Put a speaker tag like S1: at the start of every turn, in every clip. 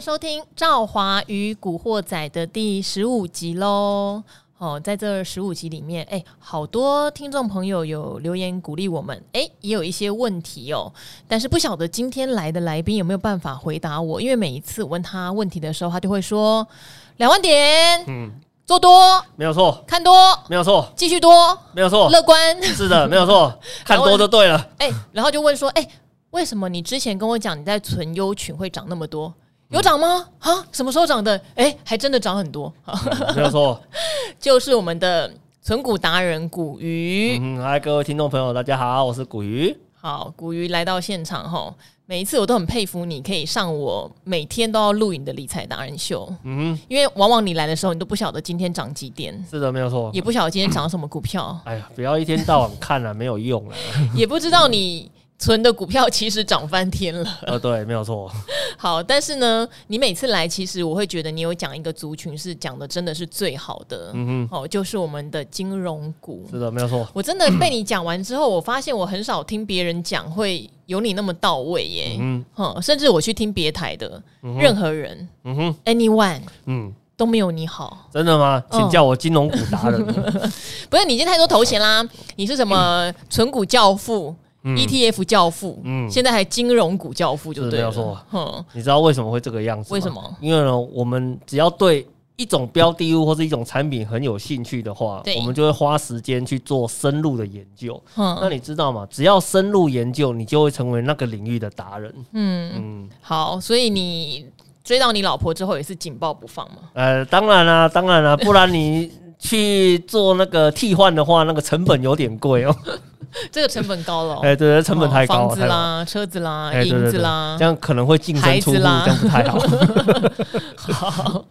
S1: 收听《赵华与古惑仔》的第十五集喽。哦，在这十五集里面，哎，好多听众朋友有留言鼓励我们，哎，也有一些问题哦。但是不晓得今天来的来宾有没有办法回答我，因为每一次我问他问题的时候，他就会说两万点，
S2: 嗯，
S1: 做多
S2: 没有错，
S1: 看多，
S2: 没有错，
S1: 继续多，
S2: 没有错，
S1: 乐观。
S2: 是的，没有 错，看多就对了。
S1: 哎、然后就问说，哎、为什么你之前跟我讲你在存优群会涨那么多？有涨吗？啊，什么时候涨的？哎、还真的涨很多，
S2: 没有错，
S1: 就是我们的存股达人古鱼。
S2: 嗯，嗨，各位听众朋友，大家好，我是古鱼。
S1: 好，古鱼来到现场吼，每一次我都很佩服你，可以上我每天都要录影的理财达人秀，
S2: 嗯，
S1: 因为往往你来的时候，你都不晓得今天涨几点，
S2: 是的，没有错。，
S1: 也不晓得今天涨什么股票
S2: 哎呀，不要一天到晚看了、没有用啊了。
S1: 也不知道你存的股票其实涨翻天了。
S2: 呃，对，没有错，
S1: 好，但是呢，你每次来，其实我会觉得你有讲一个族群是讲的真的是最好的，
S2: 嗯
S1: 哦，就是我们的金融股
S2: 哼，。是的，没有错。
S1: 我真的被你讲完之后，我发现我很少听别人讲会有你那么到位耶，
S2: 嗯
S1: 嗯，甚至我去听别台的，任何人
S2: 嗯哼，
S1: anyone
S2: 嗯，
S1: 都没有你好。
S2: 真的吗？
S1: 嗯
S2: 请叫我金融股达人。
S1: 不是你已经太多头衔啦，你是什么存股教父、
S2: 嗯
S1: ETF 教父，
S2: 嗯
S1: 现在还金融股教父就是对
S2: 没
S1: 了
S2: 有错，
S1: 嗯，
S2: 你知道为什么会这个样子吗？
S1: 为什么？
S2: 因为呢，我们只要对一种标的物或是一种产品很有兴趣的话
S1: 对，
S2: 我们就会花时间去做深入的研究。那
S1: 嗯
S2: 你知道吗？只要深入研究，你就会成为那个领域的达人。
S1: 嗯。
S2: 嗯，
S1: 好，所以你追到你老婆之后也是紧抱不放嘛？
S2: 呃，当然啦、当然啦、不然你去做那个替换的话，那个成本有点贵哦。
S1: 这个成本高了、哦，
S2: 哎、对对，成本太高
S1: 哦
S2: 了，
S1: 房子
S2: 太高了。
S1: 啦、车子啦、
S2: 哎、
S1: 银
S2: 对对
S1: 子
S2: 对，
S1: 啦
S2: 这。样可能会净身出户，
S1: 孩子
S2: 这
S1: 啦
S2: 样不太好。
S1: 好，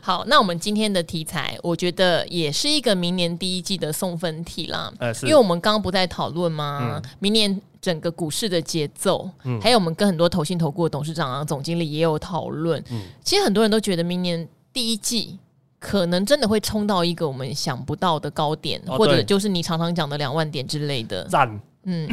S1: 好，那我们今天的题材，我觉得也是一个明年第一季的送分题啦。
S2: 呃，是嗯
S1: 因为我们刚刚不在讨论嘛，明年整个股市的节奏，还有我们跟很多投信投顾的董事长啊、总经理也有讨论。
S2: 嗯
S1: 其实很多人都觉得明年第一季可能真的会冲到一个我们想不到的高点，
S2: 哦
S1: 或者
S2: 对
S1: 就是你常常讲的两万点之类的。
S2: 赞。
S1: 嗯，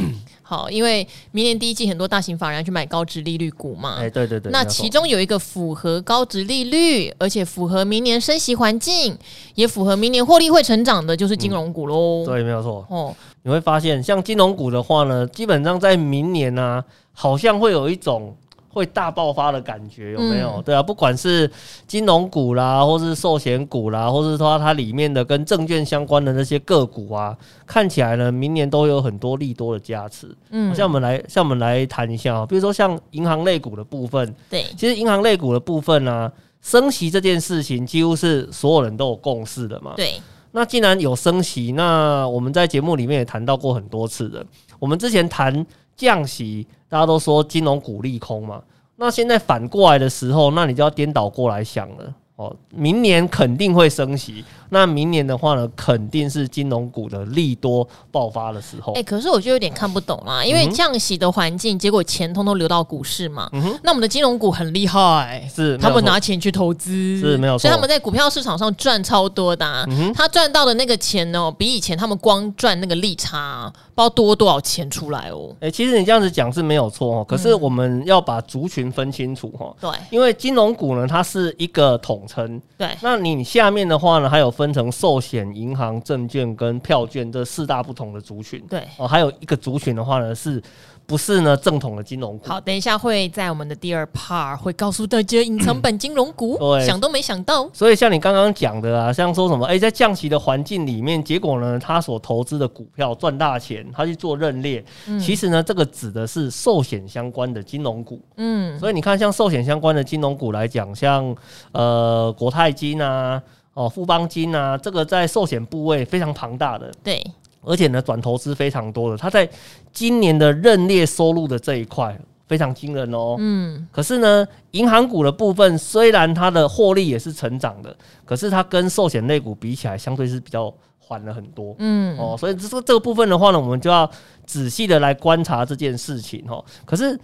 S1: 好，因为明年第一季很多大型法人要去买高值利率股嘛。
S2: 哎、对对对，
S1: 啊那
S2: 没有错
S1: 其中有一个符合高值利率，而且符合明年升息环境，也符合明年获利会成长的，就是金融股喽。
S2: 嗯对没有错，
S1: 哦，
S2: 你会发现，像金融股的话呢，基本上在明年呢、好像会有一种会大爆发的感觉，有没有？
S1: 嗯
S2: 对啊，不管是金融股啦，或是寿险股啦，或是说它里面的跟证券相关的那些个股啊，看起来呢，明年都有很多利多的加持。
S1: 嗯，
S2: 像我们来，像我们来谈一下啊、比如说像银行类股的部分，
S1: 对，
S2: 其实银行类股的部分呢、啊升息这件事情几乎是所有人都有共识的嘛。
S1: 对，
S2: 那既然有升息，那我们在节目里面也谈到过很多次的。我们之前谈降息，大家都说金融股利空嘛。那现在反过来的时候，那你就要颠倒过来想了。哦，明年肯定会升息，那明年的话呢，肯定是金融股的利多爆发的时候。
S1: 哎、可是我就有点看不懂啦，因为
S2: 嗯
S1: 降息的环境，结果钱通通流到股市嘛。那我们的金融股很厉害，
S2: 是
S1: 他们
S2: 没有错
S1: 拿钱去投资，
S2: 是没有错嗯
S1: 所以他们在股票市场上赚超多的啊、他赚到的那个钱哦，比以前他们光赚那个利差啊，不知道多多少钱出来哦。
S2: 哎、其实你这样子讲是没有错
S1: 嗯
S2: 哦，可是我们要把族群分清楚哦，
S1: 对
S2: 因为金融股呢，它是一个统称，
S1: 对，
S2: 那你下面的话呢，还有分成寿险、银行、证券跟票券这四大不同的族群。
S1: 对
S2: 哦，还有一个族群的话呢，是不是呢正统的金融股？
S1: 好，等一下会在我们的第二 part 会告诉大家隐藏版金融股，
S2: 对
S1: 想都没想到。
S2: 所以像你刚刚讲的啊，像说什么，哎、在降息的环境里面，结果呢，他所投资的股票赚大钱，他去做认列，
S1: 嗯
S2: 其实呢，这个指的是寿险相关的金融股。
S1: 嗯，
S2: 所以你看，像寿险相关的金融股来讲，像呃国泰金啊、哦富邦金啊，这个在寿险部位非常庞大的，
S1: 对，
S2: 而且呢，转投资非常多的，它在今年的认列收入的这一块非常惊人哦。
S1: 嗯，
S2: 可是呢，银行股的部分虽然它的获利也是成长的，可是它跟寿险类股比起来，相对是比较缓了很多。
S1: 嗯
S2: 哦，所以这个这个部分的话呢，我们就要仔细的来观察这件事情哦。可是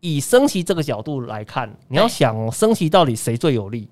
S2: 以升息这个角度来看，你要想哦，升息到底谁最有利？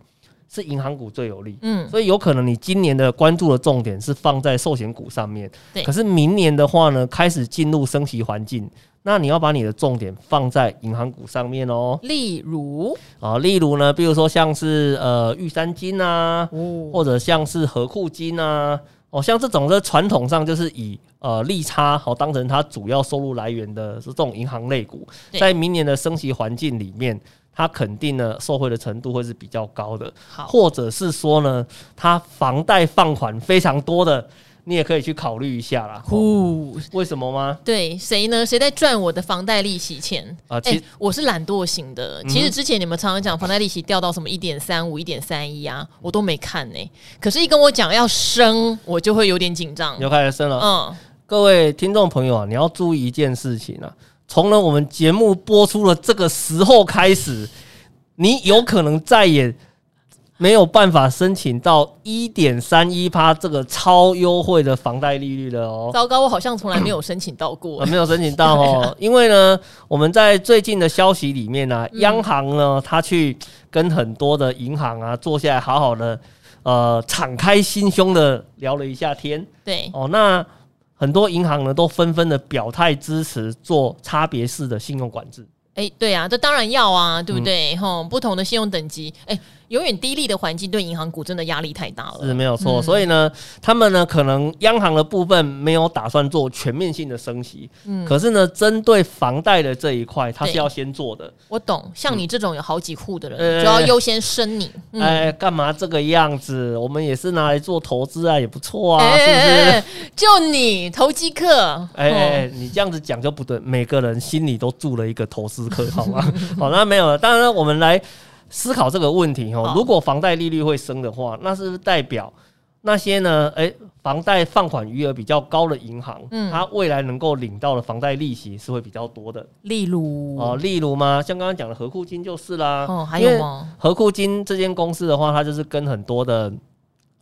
S2: 是银行股最有利。
S1: 嗯，
S2: 所以有可能你今年的关注的重点是放在寿险股上面，
S1: 对
S2: 可是明年的话呢，开始进入升息环境，那你要把你的重点放在银行股上面哦。
S1: 例如，
S2: 啊，例如呢，比如说像是呃玉山金啊，
S1: 哦，
S2: 或者像是和库金啊，哦，像这种在传统上就是以呃利差好、当成它主要收入来源的这种银行类股，
S1: 对
S2: 在明年的升息环境里面，它肯定呢受惠的程度会是比较高的，
S1: 好，
S2: 或者是说呢，它房贷放款非常多的，你也可以去考虑一下啦。哦
S1: 呼，
S2: 为什么吗？
S1: 对，谁呢？谁在赚我的房贷利息钱？
S2: 啊其嗯
S1: 哎、我是懒惰型的。其实之前你们常常讲房贷利息掉到什么一点三五、一点三一啊，我都没看呢、可是，一跟我讲要升，我就会有点紧张
S2: 你。又开始升了。
S1: 嗯，
S2: 各位听众朋友啊，你要注意一件事情啊，从呢我们节目播出了这个时候开始，你有可能再也没有办法申请到一点三一趴这个超优惠的房贷利率了哦。
S1: 糟糕，我好像从来没有申请到
S2: 我
S1: 过。
S2: 没有申请到哦，因为呢，我们在最近的消息里面呢、啊央行呢，它去跟很多的银行啊坐下来，好好的呃敞开心胸的聊了一下天。
S1: 对，
S2: 哦，那很多银行呢都纷纷的表态支持做差别式的信用管制。
S1: 哎、对啊，这当然要啊，对不
S2: 嗯
S1: 对？吼、不同的信用等级，哎、永远低利的环境对银行股真的压力太大了。
S2: 是没有错，所以呢，他们呢可能央行的部分没有打算做全面性的升息，可是呢，针对房贷的这一块，它是
S1: 对
S2: 要先做的。
S1: 我懂，像
S2: 嗯
S1: 你这种有好几户的人，
S2: 呃
S1: 就要优先升你。嗯
S2: 哎，干嘛这个样子？我们也是拿来做投资啊，也不错啊，
S1: 哎
S2: 是不
S1: 哎
S2: 是？
S1: 哎就你投机客，
S2: 哎哎
S1: 哦，
S2: 哎，你这样子讲就不对，每个人心里都住了一个投资客，好吗？好，那没有了。当然，我们来思考这个问题哦
S1: 好。
S2: 如果房贷利率会升的话，那是不是代表那些呢？哎、房贷放款余额比较高的银行，
S1: 嗯
S2: 它未来能够领到的房贷利息是会比较多的
S1: 例如
S2: 哦、
S1: 哦
S2: 例如嘛，像刚刚讲的和库金就是啦。
S1: 还
S2: 因
S1: 有
S2: 为
S1: 吗？
S2: 和库金这间公司的话，它就是跟很多的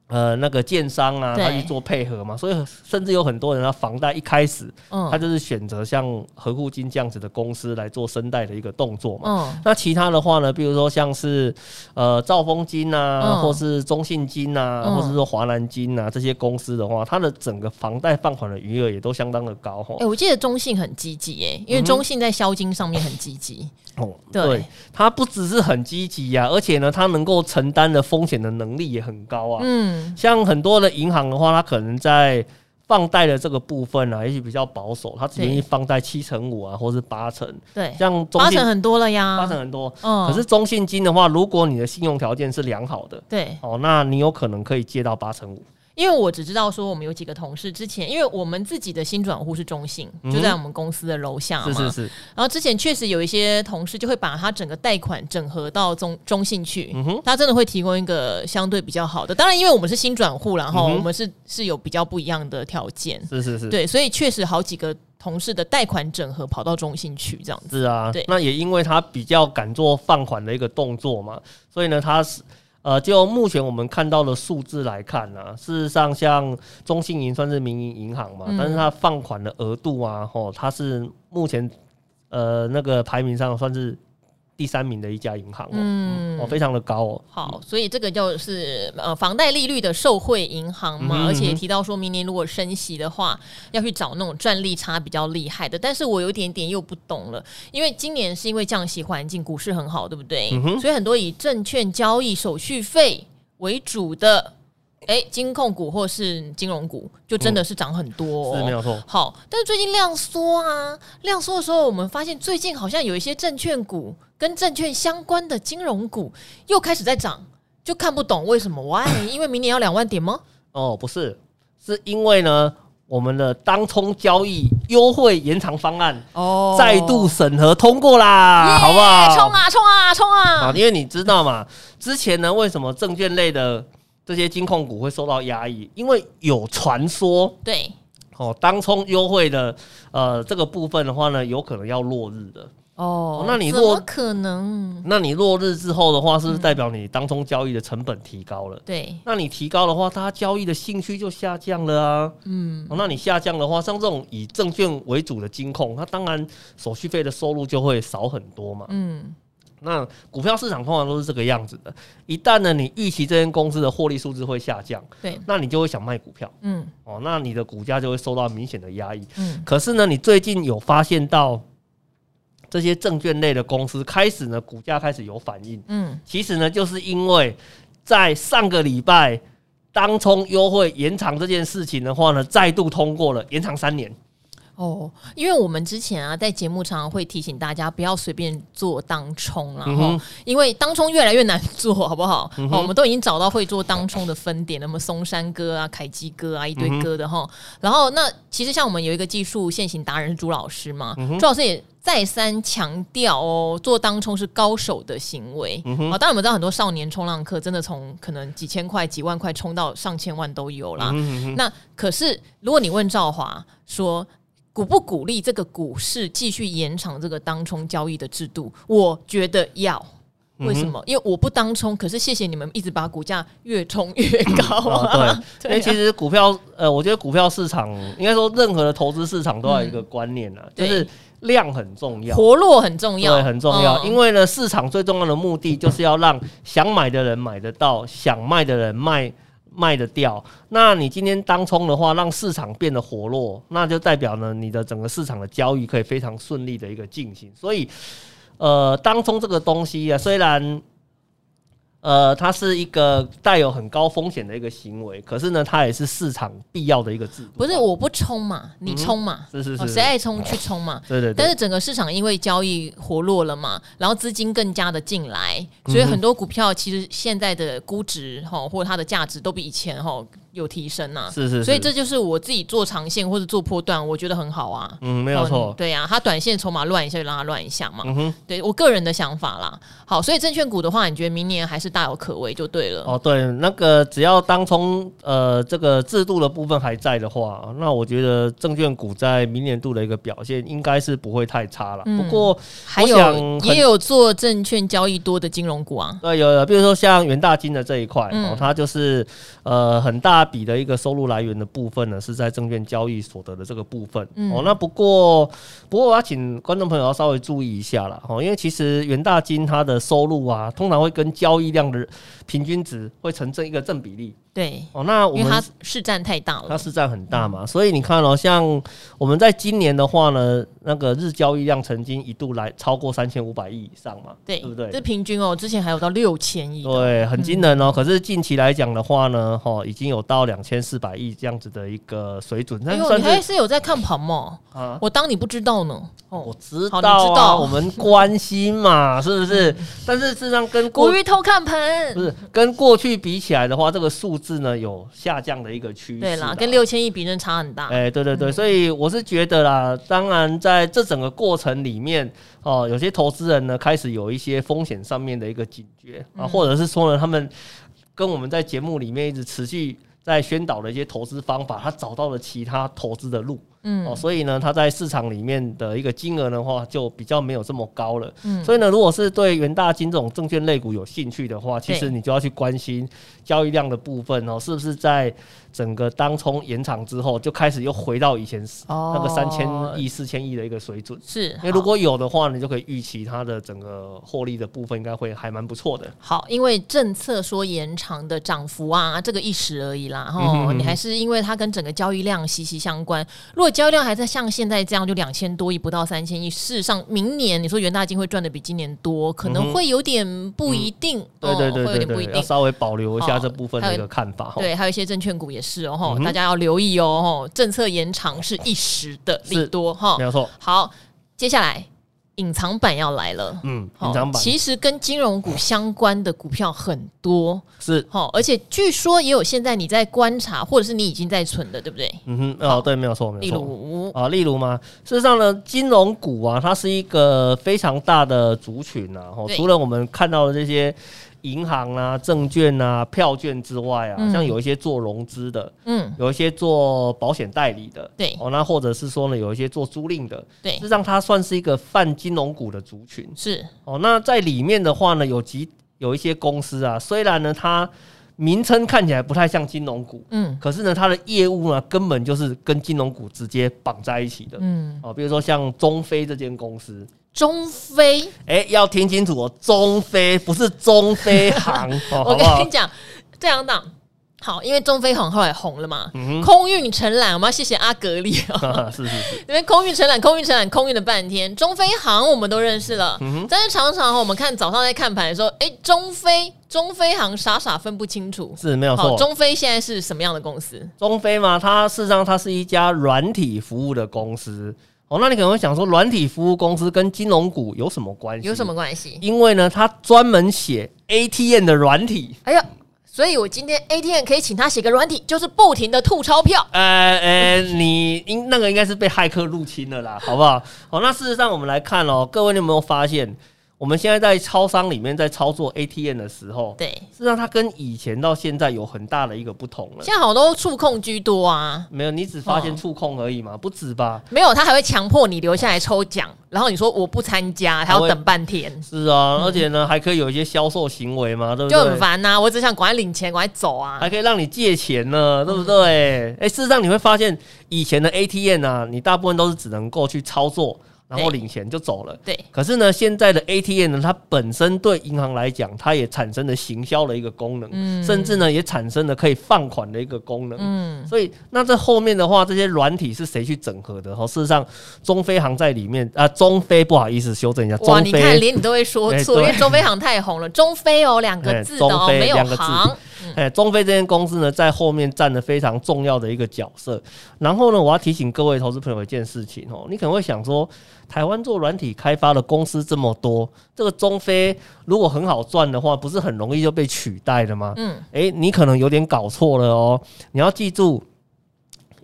S2: 呃那个建商啊，
S1: 对
S2: 它去做配合嘛，所以甚至有很多人他房贷一开始他
S1: 嗯
S2: 就是选择像和库金这样子的公司来做声带的一个动作嘛。
S1: 嗯，
S2: 那其他的话呢，比如说像是呃兆丰金啊，
S1: 嗯
S2: 或是中信金啊，
S1: 嗯
S2: 或是说华南金啊这些公司的话，它的整个房贷放款的余额也都相当的高哈
S1: 哎、。我记得中信很积极耶，因为
S2: 嗯
S1: 中信在销金上面很积极。
S2: 哦，
S1: 对，
S2: 它不只是很积极呀，而且呢，它能够承担的风险的能力也很高啊。
S1: 嗯，
S2: 像很多的银行的话，它可能在放贷的这个部分啊，也许比较保守，它只愿意
S1: 对
S2: 放贷七成五啊，或是八成。
S1: 对，
S2: 像中
S1: 哎八
S2: 信
S1: 成很多了呀，
S2: 八成很多，
S1: 嗯，
S2: 可是中信金的话，如果你的信用条件是良好的，
S1: 对，
S2: 哦，那你有可能可以借到八成五。
S1: 因为我只知道说我们有几个同事之前，因为我们自己的新转户是中信，就在我们公司的楼下嘛。
S2: 嗯是是是，
S1: 然后之前确实有一些同事就会把他整个贷款整合到中中信去，
S2: 嗯哼
S1: 他真的会提供一个相对比较好的。当然，因为我们是新转户啦，然后
S2: 嗯哼
S1: 我们是是有比较不一样的条件，
S2: 是是是，
S1: 对，所以确实好几个同事的贷款整合跑到中信去这样子。
S2: 是啊
S1: 对。
S2: 那也因为他比较敢做放款的一个动作嘛，所以呢，他是。呃，就目前我们看到的数字来看呢、啊，事实上像中信银算是民营银行嘛，
S1: 嗯
S2: 但是它放款的额度啊，吼，它是目前呃那个排名上算是第三名的一家银行哦，
S1: 嗯
S2: 哦，非常的高哦，
S1: 好，所以这个就是呃房贷利率的受惠银行嘛，
S2: 嗯哼
S1: 而且也
S2: 嗯哼
S1: 提到说明年如果升息的话，要去找那种赚利差比较厉害的。但是我有一点点又不懂了，因为今年是因为降息环境，股市很好，对不对？
S2: 嗯哼
S1: 所以很多以证券交易手续费为主的，哎、金控股或是金融股，就真的是涨很多、哦
S2: 嗯是没有错。
S1: 好，但是最近量缩啊，量缩的时候，我们发现最近好像有一些证券股跟证券相关的金融股又开始在涨，就看不懂为什么 why？因为明年要两万点吗？
S2: 哦，不是，是因为呢，我们的当冲交易优惠延长方案
S1: 哦
S2: 再度审核通过啦，
S1: 耶
S2: 好不好？
S1: 冲啊冲啊冲
S2: 啊！
S1: 啊！
S2: 因为你知道嘛，之前呢，为什么证券类的这些金控股会受到压抑？因为有传说
S1: 对，
S2: 哦，当冲优惠的呃这个部分的话呢，有可能要落日的。
S1: 哦
S2: 那你
S1: 怎
S2: 若
S1: 么可能？
S2: 那你落日之后的话，是不是代表你当冲交易的成本提高了？
S1: 对，
S2: 那你提高的话，大家交易的兴趣就下降了啊。
S1: 嗯，
S2: 哦，那你下降的话，像这种以证券为主的金控，它当然手续费的收入就会少很多嘛。
S1: 嗯，
S2: 那股票市场通常都是这个样子的，一旦呢你预期这间公司的获利数字会下降，
S1: 对，
S2: 那你就会想卖股票
S1: 嗯
S2: 哦，那你的股价就会受到明显的压抑。
S1: 嗯，
S2: 可是呢，你最近有发现到这些证券类的公司开始呢股价开始有反应，
S1: 嗯，
S2: 其实呢就是因为在上个礼拜。当冲优惠延长这件事情的话呢，再度通过了，延长三年。
S1: 哦，因为我们之前啊，在节目常常会提醒大家不要随便做当冲啦，
S2: 嗯
S1: 后
S2: 哼嗯
S1: 因为当冲越来越难做， 好不好？哦，我们都已经找到会做当冲的分点，那么松山哥啊、凯基哥啊，一堆哥
S2: 嗯
S1: 的哈。然后那其实像我们有一个技术现行达人是朱老师嘛，
S2: 嗯
S1: 朱老师也。再三强调哦，做当冲是高手的行为。
S2: 嗯
S1: 好、当然我们知道很多少年冲浪客真的从可能几千块、几万块冲到上千万都有啦。
S2: 嗯
S1: 那可是如果你问赵华说鼓不鼓励这个股市继续延长这个当冲交易的制度，我觉得要。
S2: 嗯
S1: 为什么？因为我不当冲，可是谢谢你们一直把股价越冲越高 啊！
S2: 啊， 对，因为其实股票，呃，我觉得股票市场应该说任何的投资市场都要有一个观念啊，
S1: 对
S2: 就是量很重要，
S1: 活络很重要，嗯
S2: 对，很重要。因
S1: 为
S2: 为呢，市场最重要的目的就是要让想买的人买得到，想卖的人卖。卖得掉，那你今天当冲的话，让市场变得活络，那就代表呢，你的整个市场的交易可以非常顺利的一个进行。所以，呃，当冲这个东西啊，虽然呃它是一个带有很高风险的一个行为，可是呢，它也是市场必要的一个制度。
S1: 不是我不冲嘛，你冲嘛，
S2: 是嗯是
S1: 哦
S2: 是，
S1: 谁爱冲去冲嘛。
S2: 对对
S1: 但
S2: 对，
S1: 是整个市场因为交易活络了嘛，然后资金更加的进来，
S2: 嗯
S1: 所以很多股票其实现在的估值哈，或者它的价值都比以前哈有提升呐、
S2: 是是是，
S1: 所以这就是我自己做长线或者做波段，我觉得很好啊。
S2: 嗯没有错
S1: 嗯，对啊，它短线筹码乱一下就让它乱一下嘛。
S2: 嗯哼。
S1: 对我个人的想法啦。好，所以证券股的话，你觉得明年还是大有可为就对了。
S2: 哦，对，那个只要当冲呃这个制度的部分还在的话，那我觉得证券股在明年度的一个表现应该是不会太差了。
S1: 嗯
S2: 不过
S1: 还
S2: 我
S1: 有
S2: 想很
S1: 也有做证券交易多的金融股啊。
S2: 对，有呃有，比如说像元大金的这一块、
S1: 嗯
S2: 哦，它就是呃很大笔的一个收入来源的部分呢，是在证券交易所得的这个部分、
S1: 嗯
S2: 哦。那不过不过我要请观众朋友要稍微注意一下啦，哦，因为其实元大金它的收入啊，通常会跟交易量的平均值会成正一个正比例
S1: 对，
S2: 哦。那我
S1: 因为
S2: 们
S1: 它市占太大
S2: 它
S1: 了。
S2: 市占很大嘛，所以你看哦，像我们在今年的话呢，那个日交易量曾经一度来超过三千五百亿以上嘛，
S1: 对，
S2: 对不对
S1: 这？平均哦，之前还有到六千亿的。
S2: 对，很惊
S1: 嗯
S2: 人哦。可是近期来讲的话呢，哈、已经有到两千四百亿这样子的一个水准，那
S1: 哎呦，
S2: 算
S1: 你还
S2: 是
S1: 是有在看盘嘛？
S2: 啊。
S1: 我当你不知道呢。
S2: 我
S1: 哦，
S2: 知道、
S1: 好
S2: 啊，
S1: 你知道
S2: 我们关心嘛，是不 是？但是事实上跟
S1: 国
S2: 过
S1: 语偷看盘
S2: 不。是跟过去比起来的话，这个数字呢有下降的一个趋势。啊
S1: 对啦，跟六千亿比，真的差很大。
S2: 哎、对对对，所以我是觉得啦，当然在这整个过程里面，哦，有些投资人呢开始有一些风险上面的一个警觉啊，或者是说呢，他们跟我们在节目里面一直持续在宣导的一些投资方法，他找到了其他投资的路，
S1: 嗯
S2: 哦，所以呢，他在市场里面的一个金额的话，就比较没有这么高了。
S1: 嗯
S2: 所以呢，如果是对元大金这种证券类股有兴趣的话，其
S1: 对
S2: 实你就要去关心交易量的部分哦，是不是在整个当冲延长之后，就开始又回到以前
S1: 哦
S2: 那个三千亿、四千亿的一个水准？
S1: 是，
S2: 因为如果有的话，你就可以预期它的整个获利的部分应该会还蛮不错的。
S1: 好，因为政策说延长的涨幅啊，这个一时而已啦，
S2: 嗯哼
S1: 哈、
S2: 嗯哼
S1: 你还是因为它跟整个交易量息息相关。如果交易量还在像现在这样，就两千多亿不到三千亿，事实上明年你说元大金会赚的比今年多，可能会有点不一定，
S2: 嗯对对
S1: 哦，会有
S2: 对
S1: 点不
S2: 对
S1: 一
S2: 对，要
S1: 定。
S2: 稍微保留一
S1: 哦
S2: 下这部分
S1: 还
S2: 的
S1: 有
S2: 一个看法哈。哦
S1: 对，还有一些证券股也是哦，吼
S2: 嗯哼
S1: 大家要留意哦，吼政策延长是一时的利
S2: 是
S1: 多哈
S2: 没。有错，
S1: 好，接下来隐藏版要来了。
S2: 嗯，
S1: 好
S2: 隐藏版
S1: 其实跟金融股相关的股票很多，
S2: 是。
S1: 好，而且据说也有现在你在观察，或者是你已经在存的，对不对？
S2: 嗯哼，哦，对，没有错，没
S1: 例
S2: 有错。
S1: 如，
S2: 啊，例如嘛，事实上呢，金融股啊，它是一个非常大的族群啊。吼
S1: 对
S2: 除了我们看到的这些银行啊、证券啊、票券之外啊，
S1: 嗯
S2: 像有一些做融资的，
S1: 嗯，
S2: 有一些做保险代理的，
S1: 对
S2: 哦，那或者是说呢，有一些做租赁的，
S1: 对
S2: 事实，上它算是一个泛金融股的族群。
S1: 是，
S2: 哦，那在里面的话呢，有几有一些公司啊，虽然呢它名称看起来不太像金融股，
S1: 嗯
S2: 可是呢它的业务呢根本就是跟金融股直接绑在一起的。
S1: 嗯，
S2: 哦，比如说像中非这间公司，
S1: 中非。
S2: 哎、要听清楚哦，中非不是中非 航，
S1: 我
S2: 哦、好不
S1: 跟
S2: 好
S1: 你？讲，这两档好，因为中非航后来红了嘛，
S2: 嗯
S1: 空运承揽，我们要谢谢阿格力哦，
S2: 哼， 是是是，
S1: 因为空运承揽，空运承揽，空运了半天，中非航我们都认识了，
S2: 嗯
S1: 但是常常哦我们看早上在看盘的时候，哎、中非中非航傻傻分不清楚。
S2: 是没有
S1: 好，
S2: 错。
S1: 哦中非现在是什么样的公司？
S2: 中非嘛，它事实上它是一家软体服务的公司。哦，那你可能会想说，软体服务公司跟金融股有什么关系？
S1: 有什么？关系？
S2: 因为呢，它专门写 ATM 的软体。
S1: 哎呀，所以我今天 ATM 可以请他写个软体，就是不停的吐钞票。
S2: 呃呃，你应那个应该是被骇客入侵了啦，好不好？好，那事实上我们来看哦，各位你有没有发现，我们现在在超商里面在操作 ATM 的时候，
S1: 对，
S2: 事实上它跟以前到现在有很大的一个不同了。
S1: 现在好多触控居多啊，
S2: 没有，你只发现
S1: 哦
S2: 触控而已嘛，不止吧？
S1: 没有他还会强迫你留下来抽奖，然后你说我不参加，还
S2: 他
S1: 要
S2: 会
S1: 等半天。
S2: 是啊，而且呢，还可以有一些销售行为嘛，对不
S1: 嗯就很
S2: 对？
S1: 烦呐、我只想赶快领钱，赶快走啊嗯
S2: 还！可以让你借钱呢，对不对？哎、事实上你会发现，以前的 ATM 啊，你大部分都是只能够去操作，然后
S1: 对
S2: 领钱就走了。
S1: 对，
S2: 可是呢，现在的 ATM 呢，它本身对银行来讲，它也产生了行销的一个功能，甚至呢也产生了可以放款的一个功能。
S1: 嗯，
S2: 所以，那这后面的话，这些软体是谁去整合的？哦，事实上，中飞航在里面啊，中飞不好意思，修正一下，
S1: 哇，
S2: 中
S1: 你看
S2: 飞，
S1: 连你都会说
S2: 哎
S1: 错，
S2: 对
S1: 因为中飞航太红了，中飞哦两个
S2: 哎
S1: 字的哦，
S2: 中飞
S1: 没有
S2: 两个字
S1: 航，
S2: 哎，中飞这间公司呢，在后面占了非常重要的一个角色。然后呢，我要提醒各位投资朋友一件事情哦，你可能会想说，台湾做软体开发的公司这么多，这个中飞如果很好赚的话，不是很容易就被取代了吗？
S1: 嗯，
S2: 诶，你可能有点搞错了哦。你要记住，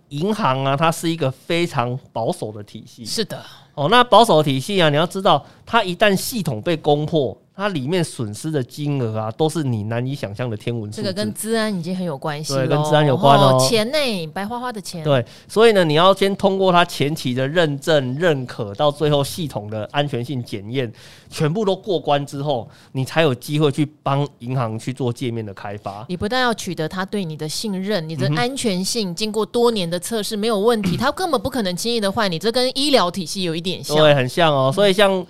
S2: 银行啊，它是一个非常保守的体系
S1: 是的，
S2: 哦。那保守的体系啊，你要知道，它一旦系统被攻破，它里面损失的金额啊，都是你难以想象的天文数
S1: 这
S2: 字。哦
S1: 个跟治安已经很有关系
S2: 对
S1: 了，
S2: 跟治安有关哦
S1: 钱呢、白花花的钱，
S2: 对，所以呢，你要先通过它前期的认证、认可，到最后系统的安全性检验，全部都过关之后，你才有机会去帮银行去做界面的开发。
S1: 你不但要取得他对你的信任，你的
S2: 嗯
S1: 安全性经过多年的测试没有问题，他根本不可能轻易的坏你，这跟医疗体系有一点像，嗯
S2: 对，很像哦。所以像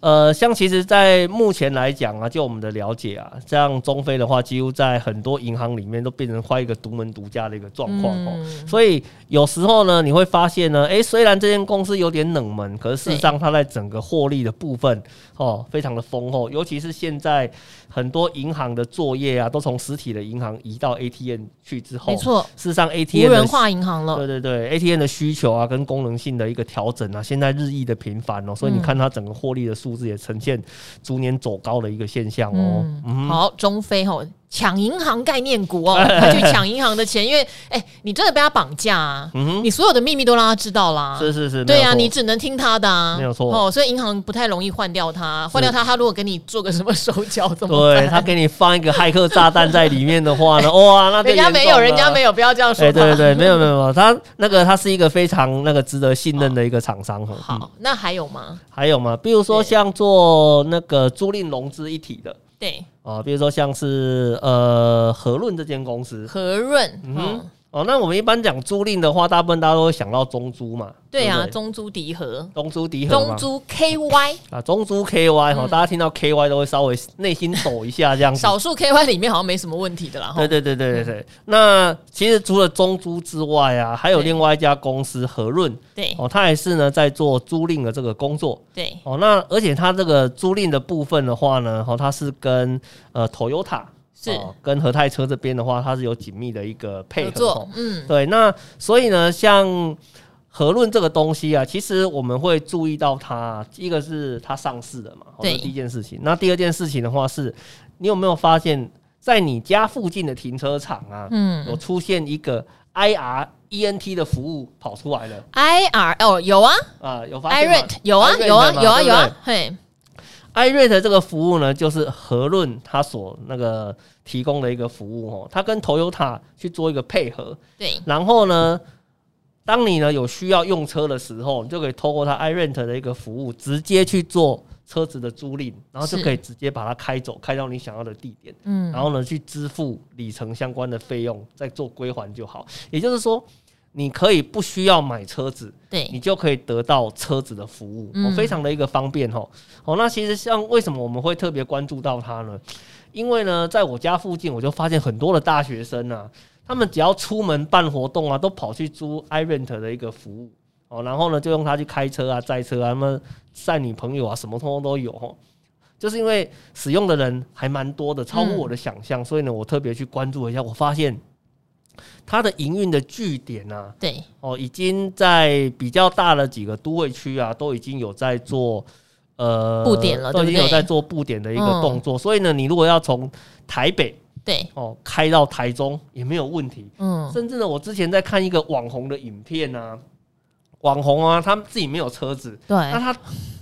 S2: 呃，像其实，在目前来讲啊，就我们的了解啊，像中非的话，几乎在很多银行里面都变成快一个独门独家的一个状况哦。
S1: 嗯
S2: 所以有时候呢，你会发现呢，诶，虽然这间公司有点冷门，可是事实上它在整个获利的部分哦，非常的丰厚。尤其是现在很多银行的作业啊，都从实体的银行移到 ATM 去之后，
S1: 没错，
S2: 事实上
S1: 无
S2: ATM 的
S1: 人化银行了，
S2: 对对对，ATM 的需求啊，跟功能性的一个调整啊，现在日益的频繁哦，所以你看它整个获利的数字也呈现逐年走高的一个现象哦。
S1: 嗯，好，中非吼抢银行概念股 哦，他去抢银行的钱，因为哎、你真的被他绑架啊，你所有的秘密都让他知道啦。
S2: 嗯是是是，
S1: 对
S2: 没
S1: 啊，
S2: 有错
S1: 你只能听他的啊，
S2: 没有错
S1: 哦，所以银行不太容易换掉他，换掉他，他如果给你做个什么手脚怎么
S2: 对
S1: 办？
S2: 他给你放一个骇客炸弹在里面的话呢，哇，那 就
S1: 人家没有，
S2: 严
S1: 人
S2: 重
S1: 家
S2: 了
S1: 没有，不要这样
S2: 哎、
S1: 说
S2: 对对
S1: 他。
S2: 对，没有没有没有，他那个他是一个非常那个值得信任的一个厂商哦。嗯
S1: 好，那还有吗？
S2: 还有嘛，比如说
S1: 对
S2: 像做那个租赁融资一体的
S1: 对，
S2: 啊，比如说像是呃和润这间公司，
S1: 和润，嗯
S2: 嗯哼，哦，那我们一般讲租赁的话，大部分大家都会想到中租嘛，
S1: 对
S2: 不
S1: 啊，中租迪和，
S2: 中租迪和
S1: 中
S2: 嘛
S1: 租 KY，
S2: 啊，中租 KY 哈、大家听到 KY 都会稍微内心抖一下这样子。
S1: 少数 KY 里面好像没什么问题的啦。哈嗯
S2: 对对对对对对，那其实除了中租之外啊，还有
S1: 对
S2: 另外一家公司和润
S1: 对
S2: 哦，它也是呢在做租赁的这个工作
S1: 对，
S2: 哦。那而且它这个租赁的部分的话呢，哦，它是跟呃 Toyota
S1: 是
S2: 哦跟和泰车这边的话，它是有紧密的一个配合
S1: 合
S2: 哦
S1: 作，嗯，
S2: 对，那所以呢，像和论这个东西啊，其实我们会注意到它，一个是它上市了嘛，哦这
S1: 对
S2: 是第一件事情。那第二件事情的话是，你有没有发现，在你家附近的停车场啊，
S1: 嗯
S2: 有出现一个 IR ENT 的服务跑出来了
S1: ，I R L 有啊
S2: 啊？有发
S1: ，I
S2: 现
S1: R E
S2: 吗
S1: T 有啊
S2: iRate
S1: 有啊
S2: 嘛
S1: 有啊有
S2: 对不对
S1: 啊，嘿，
S2: iRate E 这个服务呢，就是和润它所那个提供的一个服务哦，它跟 Toyota 去做一个配合，
S1: 对，
S2: 然后呢，当你呢有需要用车的时候，你就可以透过它 iRent 的一个服务，直接去做车子的租赁，然后就是可以直接把它开走，开到你想要的地点，
S1: 嗯
S2: 然后呢去支付里程相关的费用，再做归还就好。也就是说，你可以不需要买车子，你
S1: 对，
S2: 就可以得到车子的服务，
S1: 嗯
S2: 哦、非常的一个方便哈。哦，那其实像为什么我们会特别关注到它呢？因为呢，在我家附近，我就发现很多的大学生啊，他们只要出门办活动啊，都跑去租 iRent 的一个服务哦，然后呢，就用它去开车啊、载车啊，那么载女朋友啊，什么通通都有哦。就是因为使用的人还蛮多的，超乎我的想象，所以呢，我特别去关注一下，我发现它的营运的据点啊，
S1: 对，
S2: 哦，已经在比较大的几个都会区啊，都已经有在做呃
S1: 布点了
S2: 都已经
S1: 对不对
S2: 有在做布点的一个
S1: 嗯
S2: 动作。所以呢，你如果要从台北
S1: 对，
S2: 哦开到台中也没有问题。
S1: 嗯，
S2: 甚至呢，我之前在看一个网红的影片啊，网红啊，他们自己没有车子，那
S1: 对，
S2: 他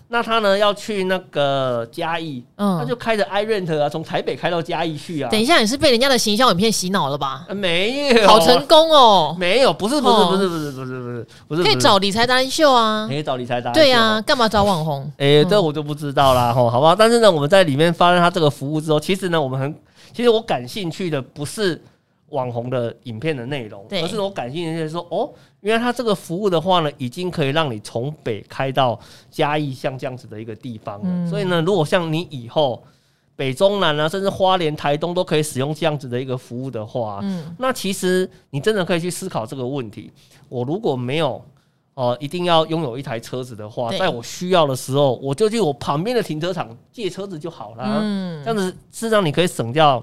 S2: 那他呢要去那个嘉义，他
S1: 嗯，
S2: 就开着 iRent 啊，从台北开到嘉义去啊。
S1: 等一下，你是被人家的形象影片洗脑了吧？
S2: 啊没有，
S1: 好成功哦，
S2: 没有，不是不是
S1: 哦
S2: 不是不是不是不是不是，
S1: 可以
S2: 不是
S1: 找理财达人秀啊
S2: 可，以找理财达人哦
S1: 对
S2: 秀
S1: 啊，干嘛找网红？
S2: 诶、
S1: 嗯
S2: 这我就不知道啦，吼，好不好？但是呢，我们在里面发现它这个服务之后，其实呢，我们很，其实我感兴趣的不是网红的影片的内容，
S1: 对
S2: 而是我感兴趣的是说，哦，原来它这个服务的话呢，已经可以让你从北开到嘉义，像这样子的一个地方了。
S1: 嗯
S2: 所以呢，如果像你以后北中南啊，甚至花莲、台东都可以使用这样子的一个服务的话，
S1: 嗯，
S2: 那其实你真的可以去思考这个问题：我如果没有哦、呃一定要拥有一台车子的话，
S1: 对
S2: 在我需要的时候，我就去我旁边的停车场借车子就好啦。
S1: 嗯
S2: 这样子事实上你可以省掉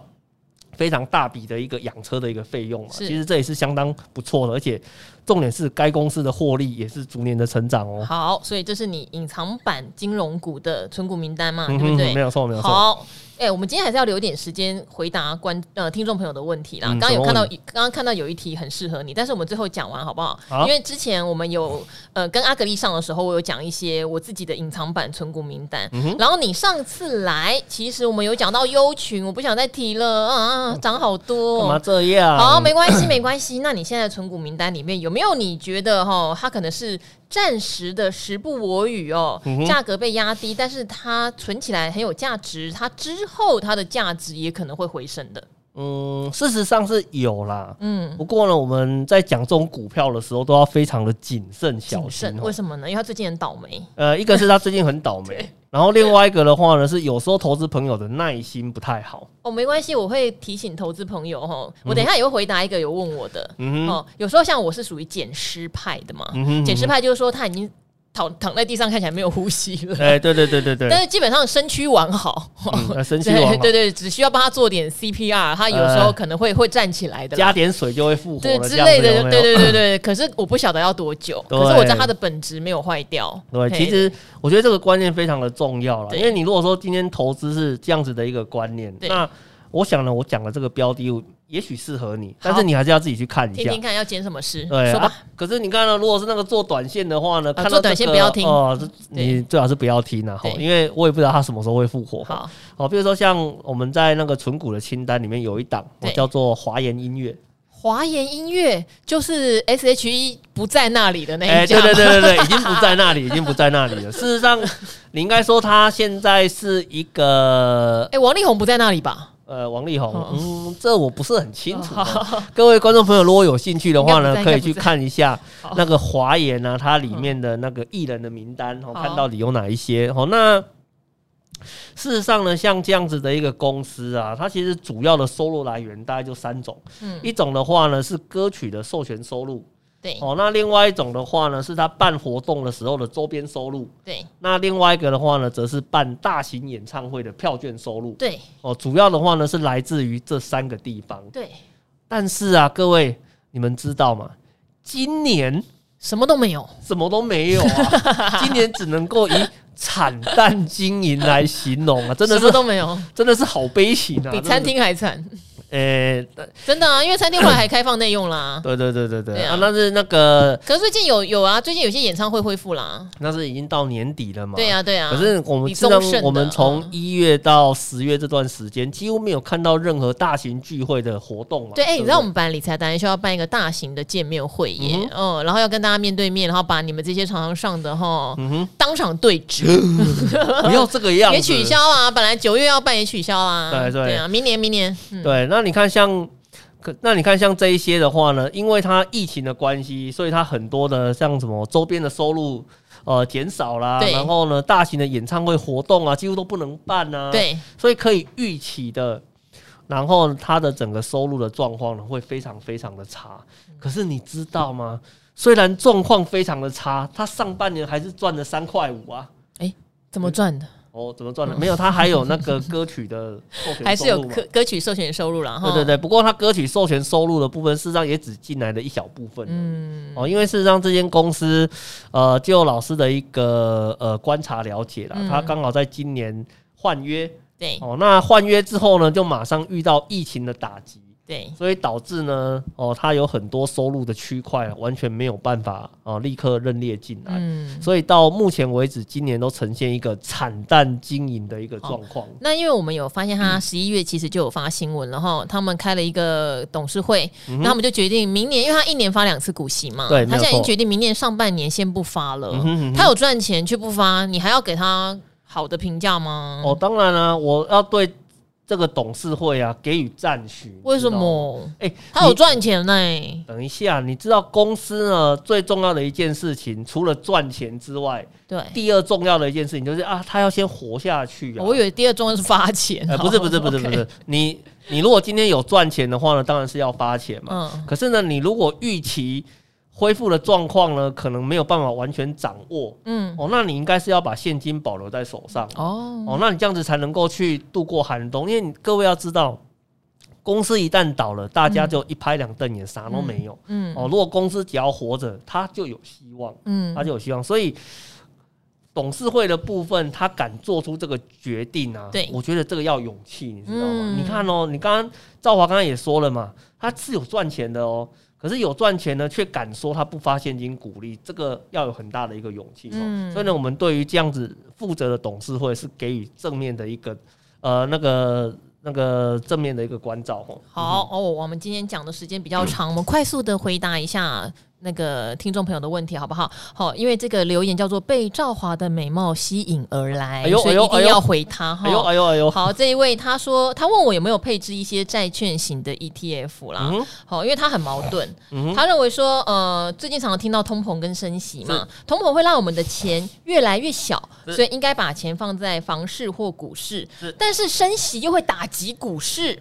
S2: 非常大笔的一个养车的一个费用嘛。
S1: 是
S2: 其实这也是相当不错的，而且重点是该公司的获利也是逐年的成长哦。
S1: 好，所以这是你隐藏版金融股的存股名单嘛，对
S2: 嗯
S1: 不
S2: 哼，没
S1: 对？
S2: 有错，没有错。
S1: 好，哎、我们今天还是要留一点时间回答观呃听众朋友的问题啦。
S2: 嗯
S1: 刚刚、有看
S2: 什么
S1: 到，
S2: 问
S1: 刚刚看到有一题很适合你，但是我们最后讲完好不好？
S2: 好
S1: 因为之前我们有呃跟阿格力上的时候，我有讲一些我自己的隐藏版存股名单。
S2: 嗯
S1: 然后你上次来，其实我们有讲到优群，我不想再提了啊，涨好多、
S2: 嗯干嘛这样？啊
S1: 好，没关系，没关系。那你现在存股名单里面有没有你觉得哈，它可能是暂时的时不我与哦，
S2: 嗯
S1: 价格被压低，但是它存起来很有价值，它之后它的价值也可能会回升的。
S2: 嗯，事实上是有啦。
S1: 嗯，
S2: 不过呢，我们在讲这种股票的时候，都要非常的谨慎小
S1: 谨
S2: 心、
S1: 慎，
S2: 哦。
S1: 为什么呢？因为它最近很倒霉。
S2: 呃，一个是他最近很倒 霉，然后另外一个的话呢，是有时候投资朋友的耐心不 太好。
S1: 哦，没关系，我会提醒投资朋友哦。我等一下也会回答一个有问我的、
S2: 嗯哼，
S1: 哦。有时候像我是属于捡尸派的嘛，
S2: 嗯哼，
S1: 捡尸派就是说他已经躺躺在地上，看起来没有呼吸了。
S2: 哎、对对对对对，
S1: 但是基本上身躯完好，
S2: 嗯呃身躯
S1: 对
S2: 完好
S1: 对对，只需要帮他做点 CPR，他有时候可能会、会站起来的啦，
S2: 哎加点水就会复活
S1: 对
S2: 了，
S1: 之
S2: 这样子
S1: 类的，
S2: 有没有
S1: 对对对对。可是我不晓得要多久，
S2: 对
S1: 可是我知道他的本质没有坏掉。
S2: 对，
S1: 嘿
S2: 其实我觉得这个观念非常的重要了，
S1: 对
S2: 因为你如果说今天投资是这样子的一个观念，
S1: 对
S2: 那我想呢，我讲的这个标的物也许适合你，但
S1: 好
S2: 是你还是要自己去看一下。
S1: 听听看要减什么事，
S2: 对
S1: 说
S2: 啊
S1: 吧，，
S2: 可是你看呢，如果是那个做短线的话呢，看到
S1: 做短线
S2: 这个
S1: 不要听
S2: 哦，这
S1: 对
S2: 你最好是不要听啊，吼
S1: 对
S2: 因为我也不知道它什么时候会复活。
S1: 好，
S2: 好，比如说像我们在那个存股的清单里面有一档，
S1: 对
S2: 哦叫做华研音乐。
S1: 华研音乐就是 SHE 不在那里的那一家
S2: 哎对
S1: 嘛，
S2: 对对对对，已经不在那里，已经不在那里了。事实上，你应该说它现在是一个
S1: 哎，王力宏不在那里吧？
S2: 呃，王力宏
S1: 哦，
S2: 嗯，这我不是很清 楚哦。各位观众朋友，如果有兴趣的话
S1: 应
S2: 呢，
S1: 该不在
S2: 可以去看一下
S1: 不在
S2: 那个华研呢，它里面的那个艺人的名单，哦，
S1: 好
S2: 看到底有哪一些。哦，那事实上呢，像这样子的一个公司啊，它其实主要的收入来源大概就三种。
S1: 嗯
S2: 一种的话呢是歌曲的授权收入，
S1: 对
S2: 哦，那另外一种的话呢是它办活动的时候的周边收入，
S1: 对
S2: 那另外一个的话呢，则是办大型演唱会的票券收入。
S1: 对
S2: 哦，主要的话呢是来自于这三个地方。
S1: 对，
S2: 但是啊，各位你们知道吗？今年
S1: 什么都没有。
S2: 什么都没有 啊，今年只能够以惨淡经营来形容啊，真的
S1: 什么
S2: 是
S1: 都没 有，
S2: 真的是好悲情啊！
S1: 比
S2: 真的
S1: 餐
S2: 是，
S1: 厅还惨，
S2: 诶、
S1: 真的啊！因为餐厅后来还开放内用 啦。
S2: 对对对对对
S1: 对啊
S2: 啊，但是那个
S1: 可是最近有有啊，最近有些演唱会恢复啦。
S2: 那是已经到年底了嘛，
S1: 对呀、啊对呀、
S2: 可是我们
S1: 李
S2: 知
S1: 宗
S2: 道
S1: 盛的，
S2: 我们从
S1: 嗯
S2: 一月到十月这段时间，几乎没有看到任何大型聚会的活动嘛。
S1: 对，哎、
S2: 不
S1: 你知道我们本来理财达人需要办一个大型的见面会耶，
S2: 嗯
S1: 嗯然后要跟大家面对面，然后把你们这些常常上的哈、
S2: 嗯哼，
S1: 当场对质，
S2: 不要这个样子，
S1: 也取。消啊，本来九月要办也取消啊，
S2: 对对
S1: 啊，明年明年，嗯，
S2: 对，那你看像。可那你看，像这一些的话呢，因为它疫情的关系，所以它很多的像什么周边的收入呃减少啦，
S1: 对
S2: 然后呢，大型的演唱会活动啊，几乎都不能办啊。，
S1: 对，
S2: 所以可以预期的，然后它的整个收入的状况呢会非常非常的差。可是你知道吗？虽然状况非常的差，它上半年还是赚了三块五啊。
S1: 怎么赚的？
S2: 哦，怎么赚的？没有，它还有那个歌曲的授权收入 嘛
S1: 还是有歌歌曲授权收入了哈。
S2: 对对对，不过它歌曲授权收入的部分，事实上也只进来了一小部分。嗯，哦，因为事实上这间公司，呃，就老师的一个呃观察了解啦，
S1: 嗯
S2: 他刚好在今年换约，
S1: 对
S2: 哦，那换约之后呢，就马上遇到疫情的打击，
S1: 对
S2: 所以导致呢，哦，它有很多收入的区块啊完全没有办法哦立刻认列进来。
S1: 嗯。
S2: 所以到目前为止，今年都呈现一个惨淡经营的一个状况。
S1: 那因为我们有发现，
S2: 嗯
S1: 他十一月其实就有发新闻了哈，他们开了一个董事会，那他们就决定明年，因为他一年发两次股息嘛，
S2: 嗯对
S1: 他现在已
S2: 没有
S1: 经
S2: 错
S1: 决定明年上半年先不发了。
S2: 嗯哼嗯哼
S1: 他有赚钱却不发，你还要给他好的评价吗？
S2: 哦，当然啦、我要对这个董事会啊给予赞许。
S1: 为什
S2: 你知道吗？
S1: 么？
S2: 哎
S1: 他有
S2: 你
S1: 赚钱呢、
S2: 等一下，你知道公司呢最重要的一件事情，除了赚钱之外，
S1: 对，
S2: 第二重要的一件事情就是啊，他要先活下去啊。
S1: 我以为第二桩是发钱、
S2: 呃，不是不是不是不
S1: OK
S2: 是，你你如果今天有赚钱的话呢，当然是要发钱嘛。
S1: 嗯，
S2: 可是呢，你如果预期恢复的状况呢，可能没有办法完全掌握，
S1: 嗯，
S2: 哦，那你应该是要把现金保留在手上。
S1: 哦，
S2: 哦，那你这样子才能够去度过寒冬，因为你各位要知道，公司一旦倒了，大家就一拍两瞪眼，啥都没有。
S1: 嗯
S2: 哦，如果公司只要活着，它就有希望，
S1: 嗯
S2: 它就有希望。所以董事会的部分，他敢做出这个决定啊，
S1: 对
S2: 我觉得这个要勇气，你知道吗？
S1: 嗯
S2: 你看哦，你刚刚赵华刚刚也说了嘛，他是有赚钱的哦。可是有赚钱呢，却敢说他不发现金鼓励，这个要有很大的一个勇气、哦。
S1: 嗯
S2: 所以呢，我们对于这样子负责的董事会是给予正面的一个呃那个那个正面的一个关照哦。
S1: 好哦，我们今天讲的时间比较长，我们快速的回答一下那个听众朋友的问题，好不好？好，因为这个留言叫做被赵华的美貌吸引而来，
S2: 哎呦
S1: 所以
S2: 哎呦
S1: 一定
S2: 哎呦
S1: 要回他哈。
S2: 哎呦哎呦哎呦，
S1: 哦好，这一位他说，他问我有没有配置一些债券型的 ETF 啦。
S2: 嗯哼
S1: 好，因为他很矛盾，
S2: 嗯哼
S1: 他认为说，呃，最近常常听到通膨跟升息嘛，通膨会让我们的钱越来越小，
S2: 是
S1: 所以应该把钱放在房市或股市
S2: 是，
S1: 但是升息又会打击股市，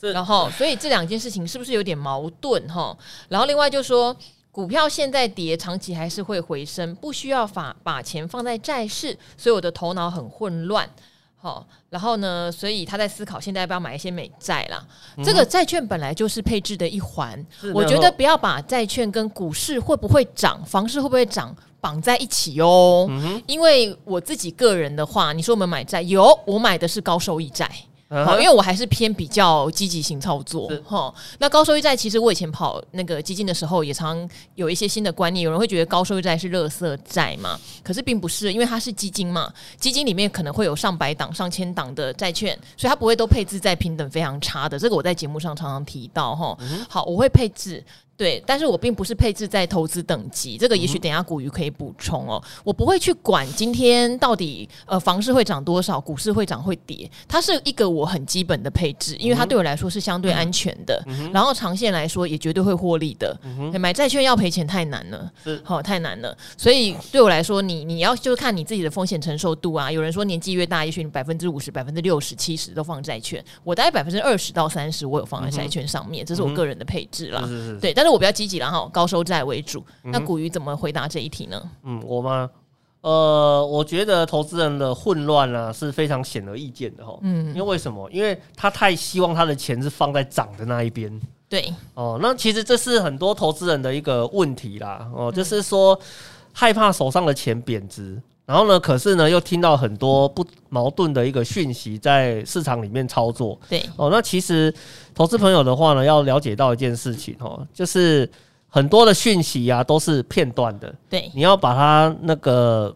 S2: 是
S1: 然后所以这两件事情是不是有点矛盾哈？然后另外就说。股票现在跌，长期还是会回升，不需要把把钱放在债市，所以我的头脑很混乱。好、然后呢，所以他在思考现在要不要买一些美债啦。这个债券本来就是配置的一环，
S2: 嗯是
S1: 我
S2: 没有
S1: 觉得
S2: 错
S1: 不要把债券跟股市会不会涨、房市会不会涨绑在一起哦。
S2: 嗯
S1: 因为我自己个人的话，你说我们买债，有我买的是高收益债。
S2: 嗯
S1: 好，因
S2: 哼
S1: 为我还是偏比较积极型操作
S2: 是
S1: 哈。那高收益债，其实我以前跑那个基金的时候，也常有一些新的观念。有人会觉得高收益债是垃圾债嘛，可是并不是，因为它是基金嘛，基金里面可能会有上百档、上千档的债券，所以它不会都配置在平等非常差的。这个我在节目上常常提到哈。
S2: 嗯
S1: 好，我会配置。对，但是我并不是配置在投资等级，这个
S2: 嗯
S1: 也许等一下古鱼可以补充哦。我不会去管今天到底呃房市会涨多少，股市会涨会跌，它是一个我很基本的配置，因为它
S2: 嗯
S1: 对我来说是相对安全的，然后长线来说也绝对会获利的。对买债券要赔钱太难了
S2: 嗯是，
S1: 好、太难了，所以对我来说，你你要就是看你自己的风险承受度啊。有人说年纪越大，也许你百分之五十、百分之六十、七十都放债券，我大概百分之二十到三十我有
S2: 嗯
S1: 放在债券上面，这是我个人的配置啦。
S2: 是是是，
S1: 对，但是我比较积极了哈，高收债为主。那古鱼怎么回答这一题呢？
S2: 嗯，我吗？呃，我觉得投资人的混乱啊是非常显而易见的哈。嗯，因为为什么？因为他太希望他的钱是放在涨的那一边。
S1: 对，
S2: 哦，那其实这是很多投资人的一个问题啦。哦，就是说害怕手上的钱贬值，然后呢，可是呢又听到很多不矛盾的一个讯息在市场里面操作。
S1: 对，
S2: 哦，那其实投资朋友的话呢，要了解到一件事情哦，就是很多的讯息啊都是片段的，
S1: 对，
S2: 你要把它那个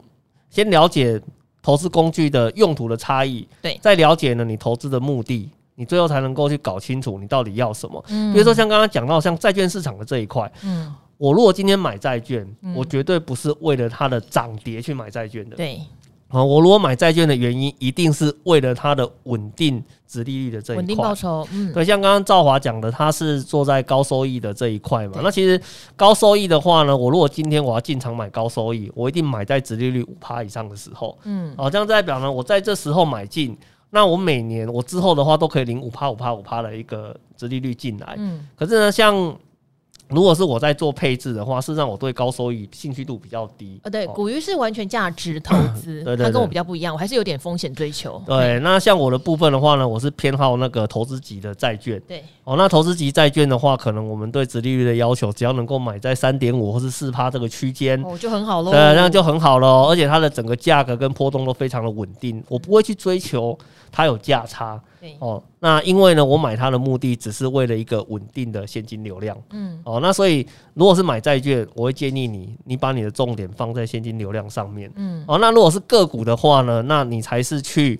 S2: 先了解投资工具的用途的差异，
S1: 对
S2: 再了解呢你投资的目的，你最后才能够去搞清楚你到底要什么。
S1: 嗯
S2: 比如说像刚刚讲到像债券市场的这一块，
S1: 嗯，
S2: 我如果今天买债券，我绝对不是为了它的涨跌去买债券的，
S1: 对，
S2: 啊，我如果买债券的原因，一定是为了它的稳定值利率的这
S1: 稳
S2: 一
S1: 定报
S2: 块。
S1: 酬，嗯，
S2: 对，像刚刚赵华讲的，他是做在高收益的这一块嘛
S1: 对。
S2: 那其实高收益的话呢，我如果今天我要进场买高收益，我一定买在殖利率五趴以上的时候。
S1: 嗯，
S2: 好、这样代表呢，我在这时候买进，那我每年我之后的话都可以领五趴、五趴、五趴的一个殖利率进来。
S1: 嗯，
S2: 可是呢，像如果是我在做配置的话，事实上我对高收益兴趣度比较低。
S1: 呃，对，
S2: 哦
S1: 古鱼是完全价值投资，
S2: 对
S1: 它
S2: 对
S1: 跟
S2: 对
S1: 我比较不一样，我还是有点风险追求。
S2: 对，那像我的部分的话呢，我是偏好那个投资级的债券。
S1: 对，
S2: 哦，那投资级债券的话，可能我们对殖利率的要求，只要能够买在三点五或是四趴这个区间，
S1: 哦，就很好喽。
S2: 嗯对，那样就很好了。哦而且它的整个价格跟波动都非常的稳定，我不会去追求它有价差。
S1: 对，
S2: 哦，那因为呢，我买它的目的只是为了一个稳定的现金流量。
S1: 嗯，
S2: 哦，那所以如果是买债券，我会建议你，你把你的重点放在现金流量上面。
S1: 嗯，
S2: 哦，那如果是个股的话呢，那你才是去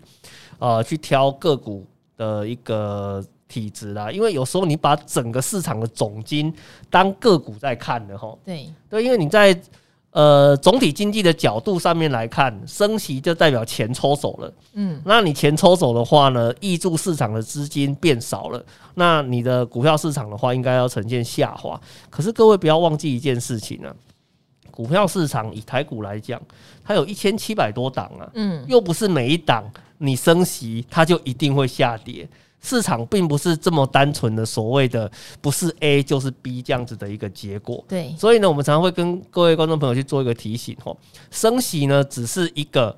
S2: 呃去挑个股的一个体质啦，因为有时候你把整个市场的总金当个股在看的哈，
S1: 对，
S2: 对，因为你在呃总体经济的角度上面来看，升息就代表钱抽走了。
S1: 嗯，
S2: 那你钱抽走的话呢，挹注市场的资金变少了，那你的股票市场的话，应该要呈现下滑。可是各位不要忘记一件事情啊，股票市场以台股来讲，它有一千七百多档啊，
S1: 嗯，
S2: 又不是每一档你升息它就一定会下跌。市场并不是这么单纯的所谓的不是 A 就是 B 这样子的一个结果，
S1: 对，
S2: 所以呢，我们常常会跟各位观众朋友去做一个提醒哦，升息呢只是一个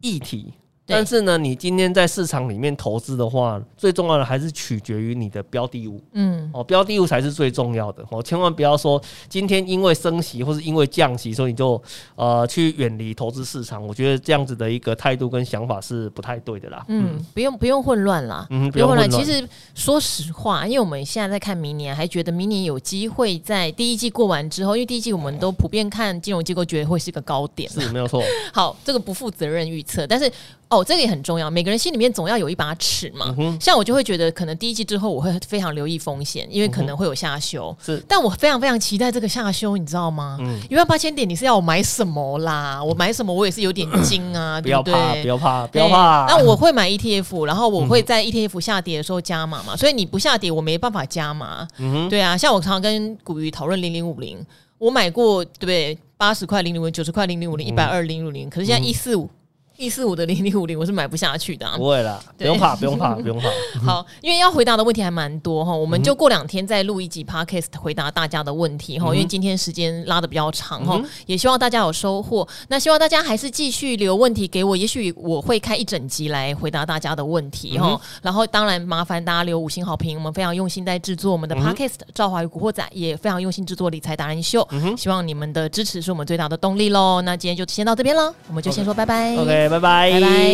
S2: 议题，
S1: 对
S2: 但是呢，你今天在市场里面投资的话，最重要的还是取决于你的标的物
S1: 嗯，
S2: 哦，标的物才是最重要的哦，千万不要说今天因为升息或是因为降息，所以你就呃去远离投资市场，我觉得这样子的一个态度跟想法是不太对的啦。
S1: 嗯，不用不用混乱啦，
S2: 嗯，
S1: 不用
S2: 乱。
S1: 其实说实话，因为我们现在在看明年，还觉得明年有机会在第一季过完之后，因为第一季我们都普遍看金融机构觉得会是一个高点。
S2: 是没有 错，
S1: 好，这个不负责任预测，但是哦，这个也很重要，每个人心里面总要有一把尺
S2: 嗯
S1: 嘛。像我就会觉得，可能第一季之后我会非常留意风险，因为可能会有下修。
S2: 嗯是
S1: 但我非常非常期待这个下修，你知道吗？
S2: 嗯
S1: 一万八千点，你是要我买什么啦？我买什么，我也是有点惊啊，
S2: 嗯不
S1: 对
S2: 要
S1: 对？哦
S2: 怕，不要怕，不要怕。嗯
S1: 对那我会买 ETF，然后我会在 ETF 下跌的时候加码嘛，所以你不下跌，我没办法加码。
S2: 嗯
S1: 对啊，像我常常跟古鱼讨论零零五零，我买过对不对？八十块零零五零，九十块零零五
S2: 嗯
S1: 零，一百二零五零，可是现在一四五一四五的零零五零，我是买不下去的、啊。
S2: 不会啦，不
S1: 对
S2: 用怕，不用怕，不用怕。
S1: 好，因为要回答的问题还蛮多哈，我们就过两天再录一集 podcast 回答大家的问题哈，因为今天时间拉的比较长哈，也希望大家有收获。那希望大家还是继续留问题给我，也许我会开一整集来回答大家的问题哈。然后当然麻烦大家留五星好评，我们非常用心在制作我们的 podcast《赵华与古惑仔》，也非常用心制作理财达人秀，希望你们的支持是我们最大的动力喽。那今天就先到这边了，我们就先说拜拜
S2: OK，拜拜，
S1: 拜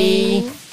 S1: 拜。